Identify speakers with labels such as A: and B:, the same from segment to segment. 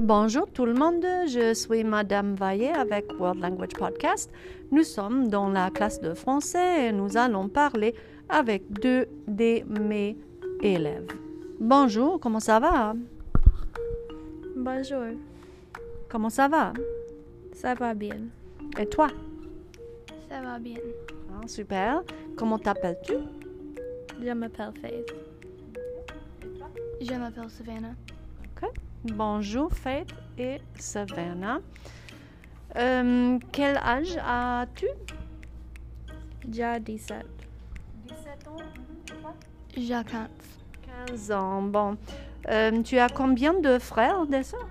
A: Bonjour tout le monde, je suis Madame Vaillet avec World Language Podcast. Nous sommes dans la classe de français et nous allons parler avec deux de mes élèves. Bonjour, comment ça va
B: Bonjour,
A: Comment ça va
B: ça va bien.
A: Et toi
B: Ça va bien.
A: Ah, Super. Comment t'appelles-tu
B: Je m'appelle Faith. Je m'appelle Savannah.
A: Ok. Bonjour Faith et Savannah. Euh, quel âge as-tu
B: J'ai 17.
A: 17 ans.
B: J'ai 15.
A: 15 ans. Bon. Euh, tu as combien de frères, des sœurs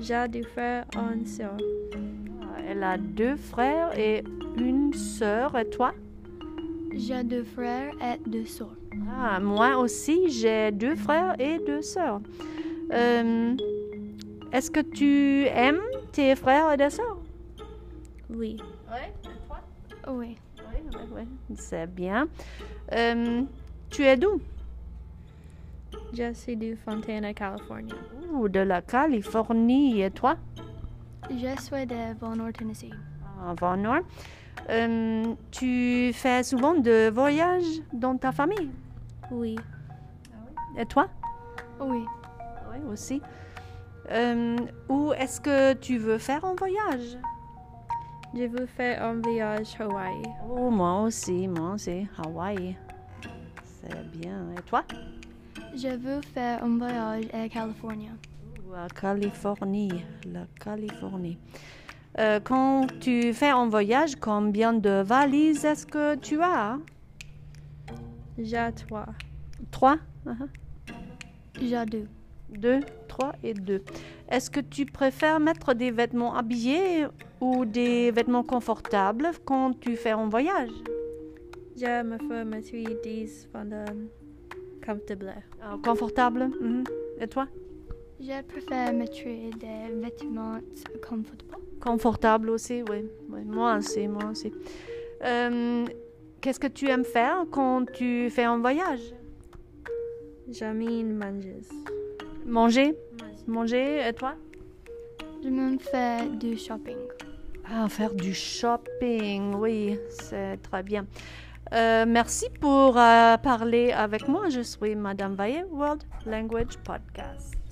B: J'ai des frères et une sœur.
A: Euh, Elle a deux frères et une sœur. Et toi
B: J'ai deux frères et deux sœurs.
A: ah, Moi aussi, j'ai deux frères et deux sœurs. Euh, Est-ce que tu aimes tes frères et tes sœurs
B: Oui.
A: Oui, toi
B: Oui.
A: Oui, C'est bien. Euh, tu es d'où
B: Je suis de Fontana, Californie.
A: Ouh, De la Californie. Et toi
B: Je suis de Bonheur, Tennessee.
A: Ah, Van Noord. Euh, tu fais souvent de voyages dans ta famille.
B: Oui.
A: Et toi
B: Oui.
A: Oui, Ah aussi. Euh, où est-ce que tu veux faire un voyage
B: Je veux faire un voyage à Hawaï.
A: Oh, moi aussi, moi c'est Hawaï. C'est bien. hein. Et toi
B: Je veux faire un voyage à Californie.
A: La Californie, la Californie. Euh, quand tu fais un voyage, combien de valises est-ce que tu as
B: J'ai trois.
A: Trois uh-huh.
B: J'ai deux.
A: Deux, trois et deux. Est-ce que tu préfères mettre des vêtements habillés ou des vêtements confortables quand tu fais un voyage
B: Je me fais me suis dix pendant comfortable.
A: Euh, Confortable mhm. Et toi
C: Je préfère mettre des vêtements confortables.
A: Confortable aussi, oui. Oui, moi aussi, moi aussi. Euh, Qu'est-ce que tu aimes faire quand tu fais un voyage
B: Jamine manges.
A: Manger Manger, et toi
C: Je me fais du shopping.
A: Ah, faire du shopping, oui, c'est très bien. Euh, merci pour euh, parler avec moi. Je suis Madame Vaillet, World Language Podcast.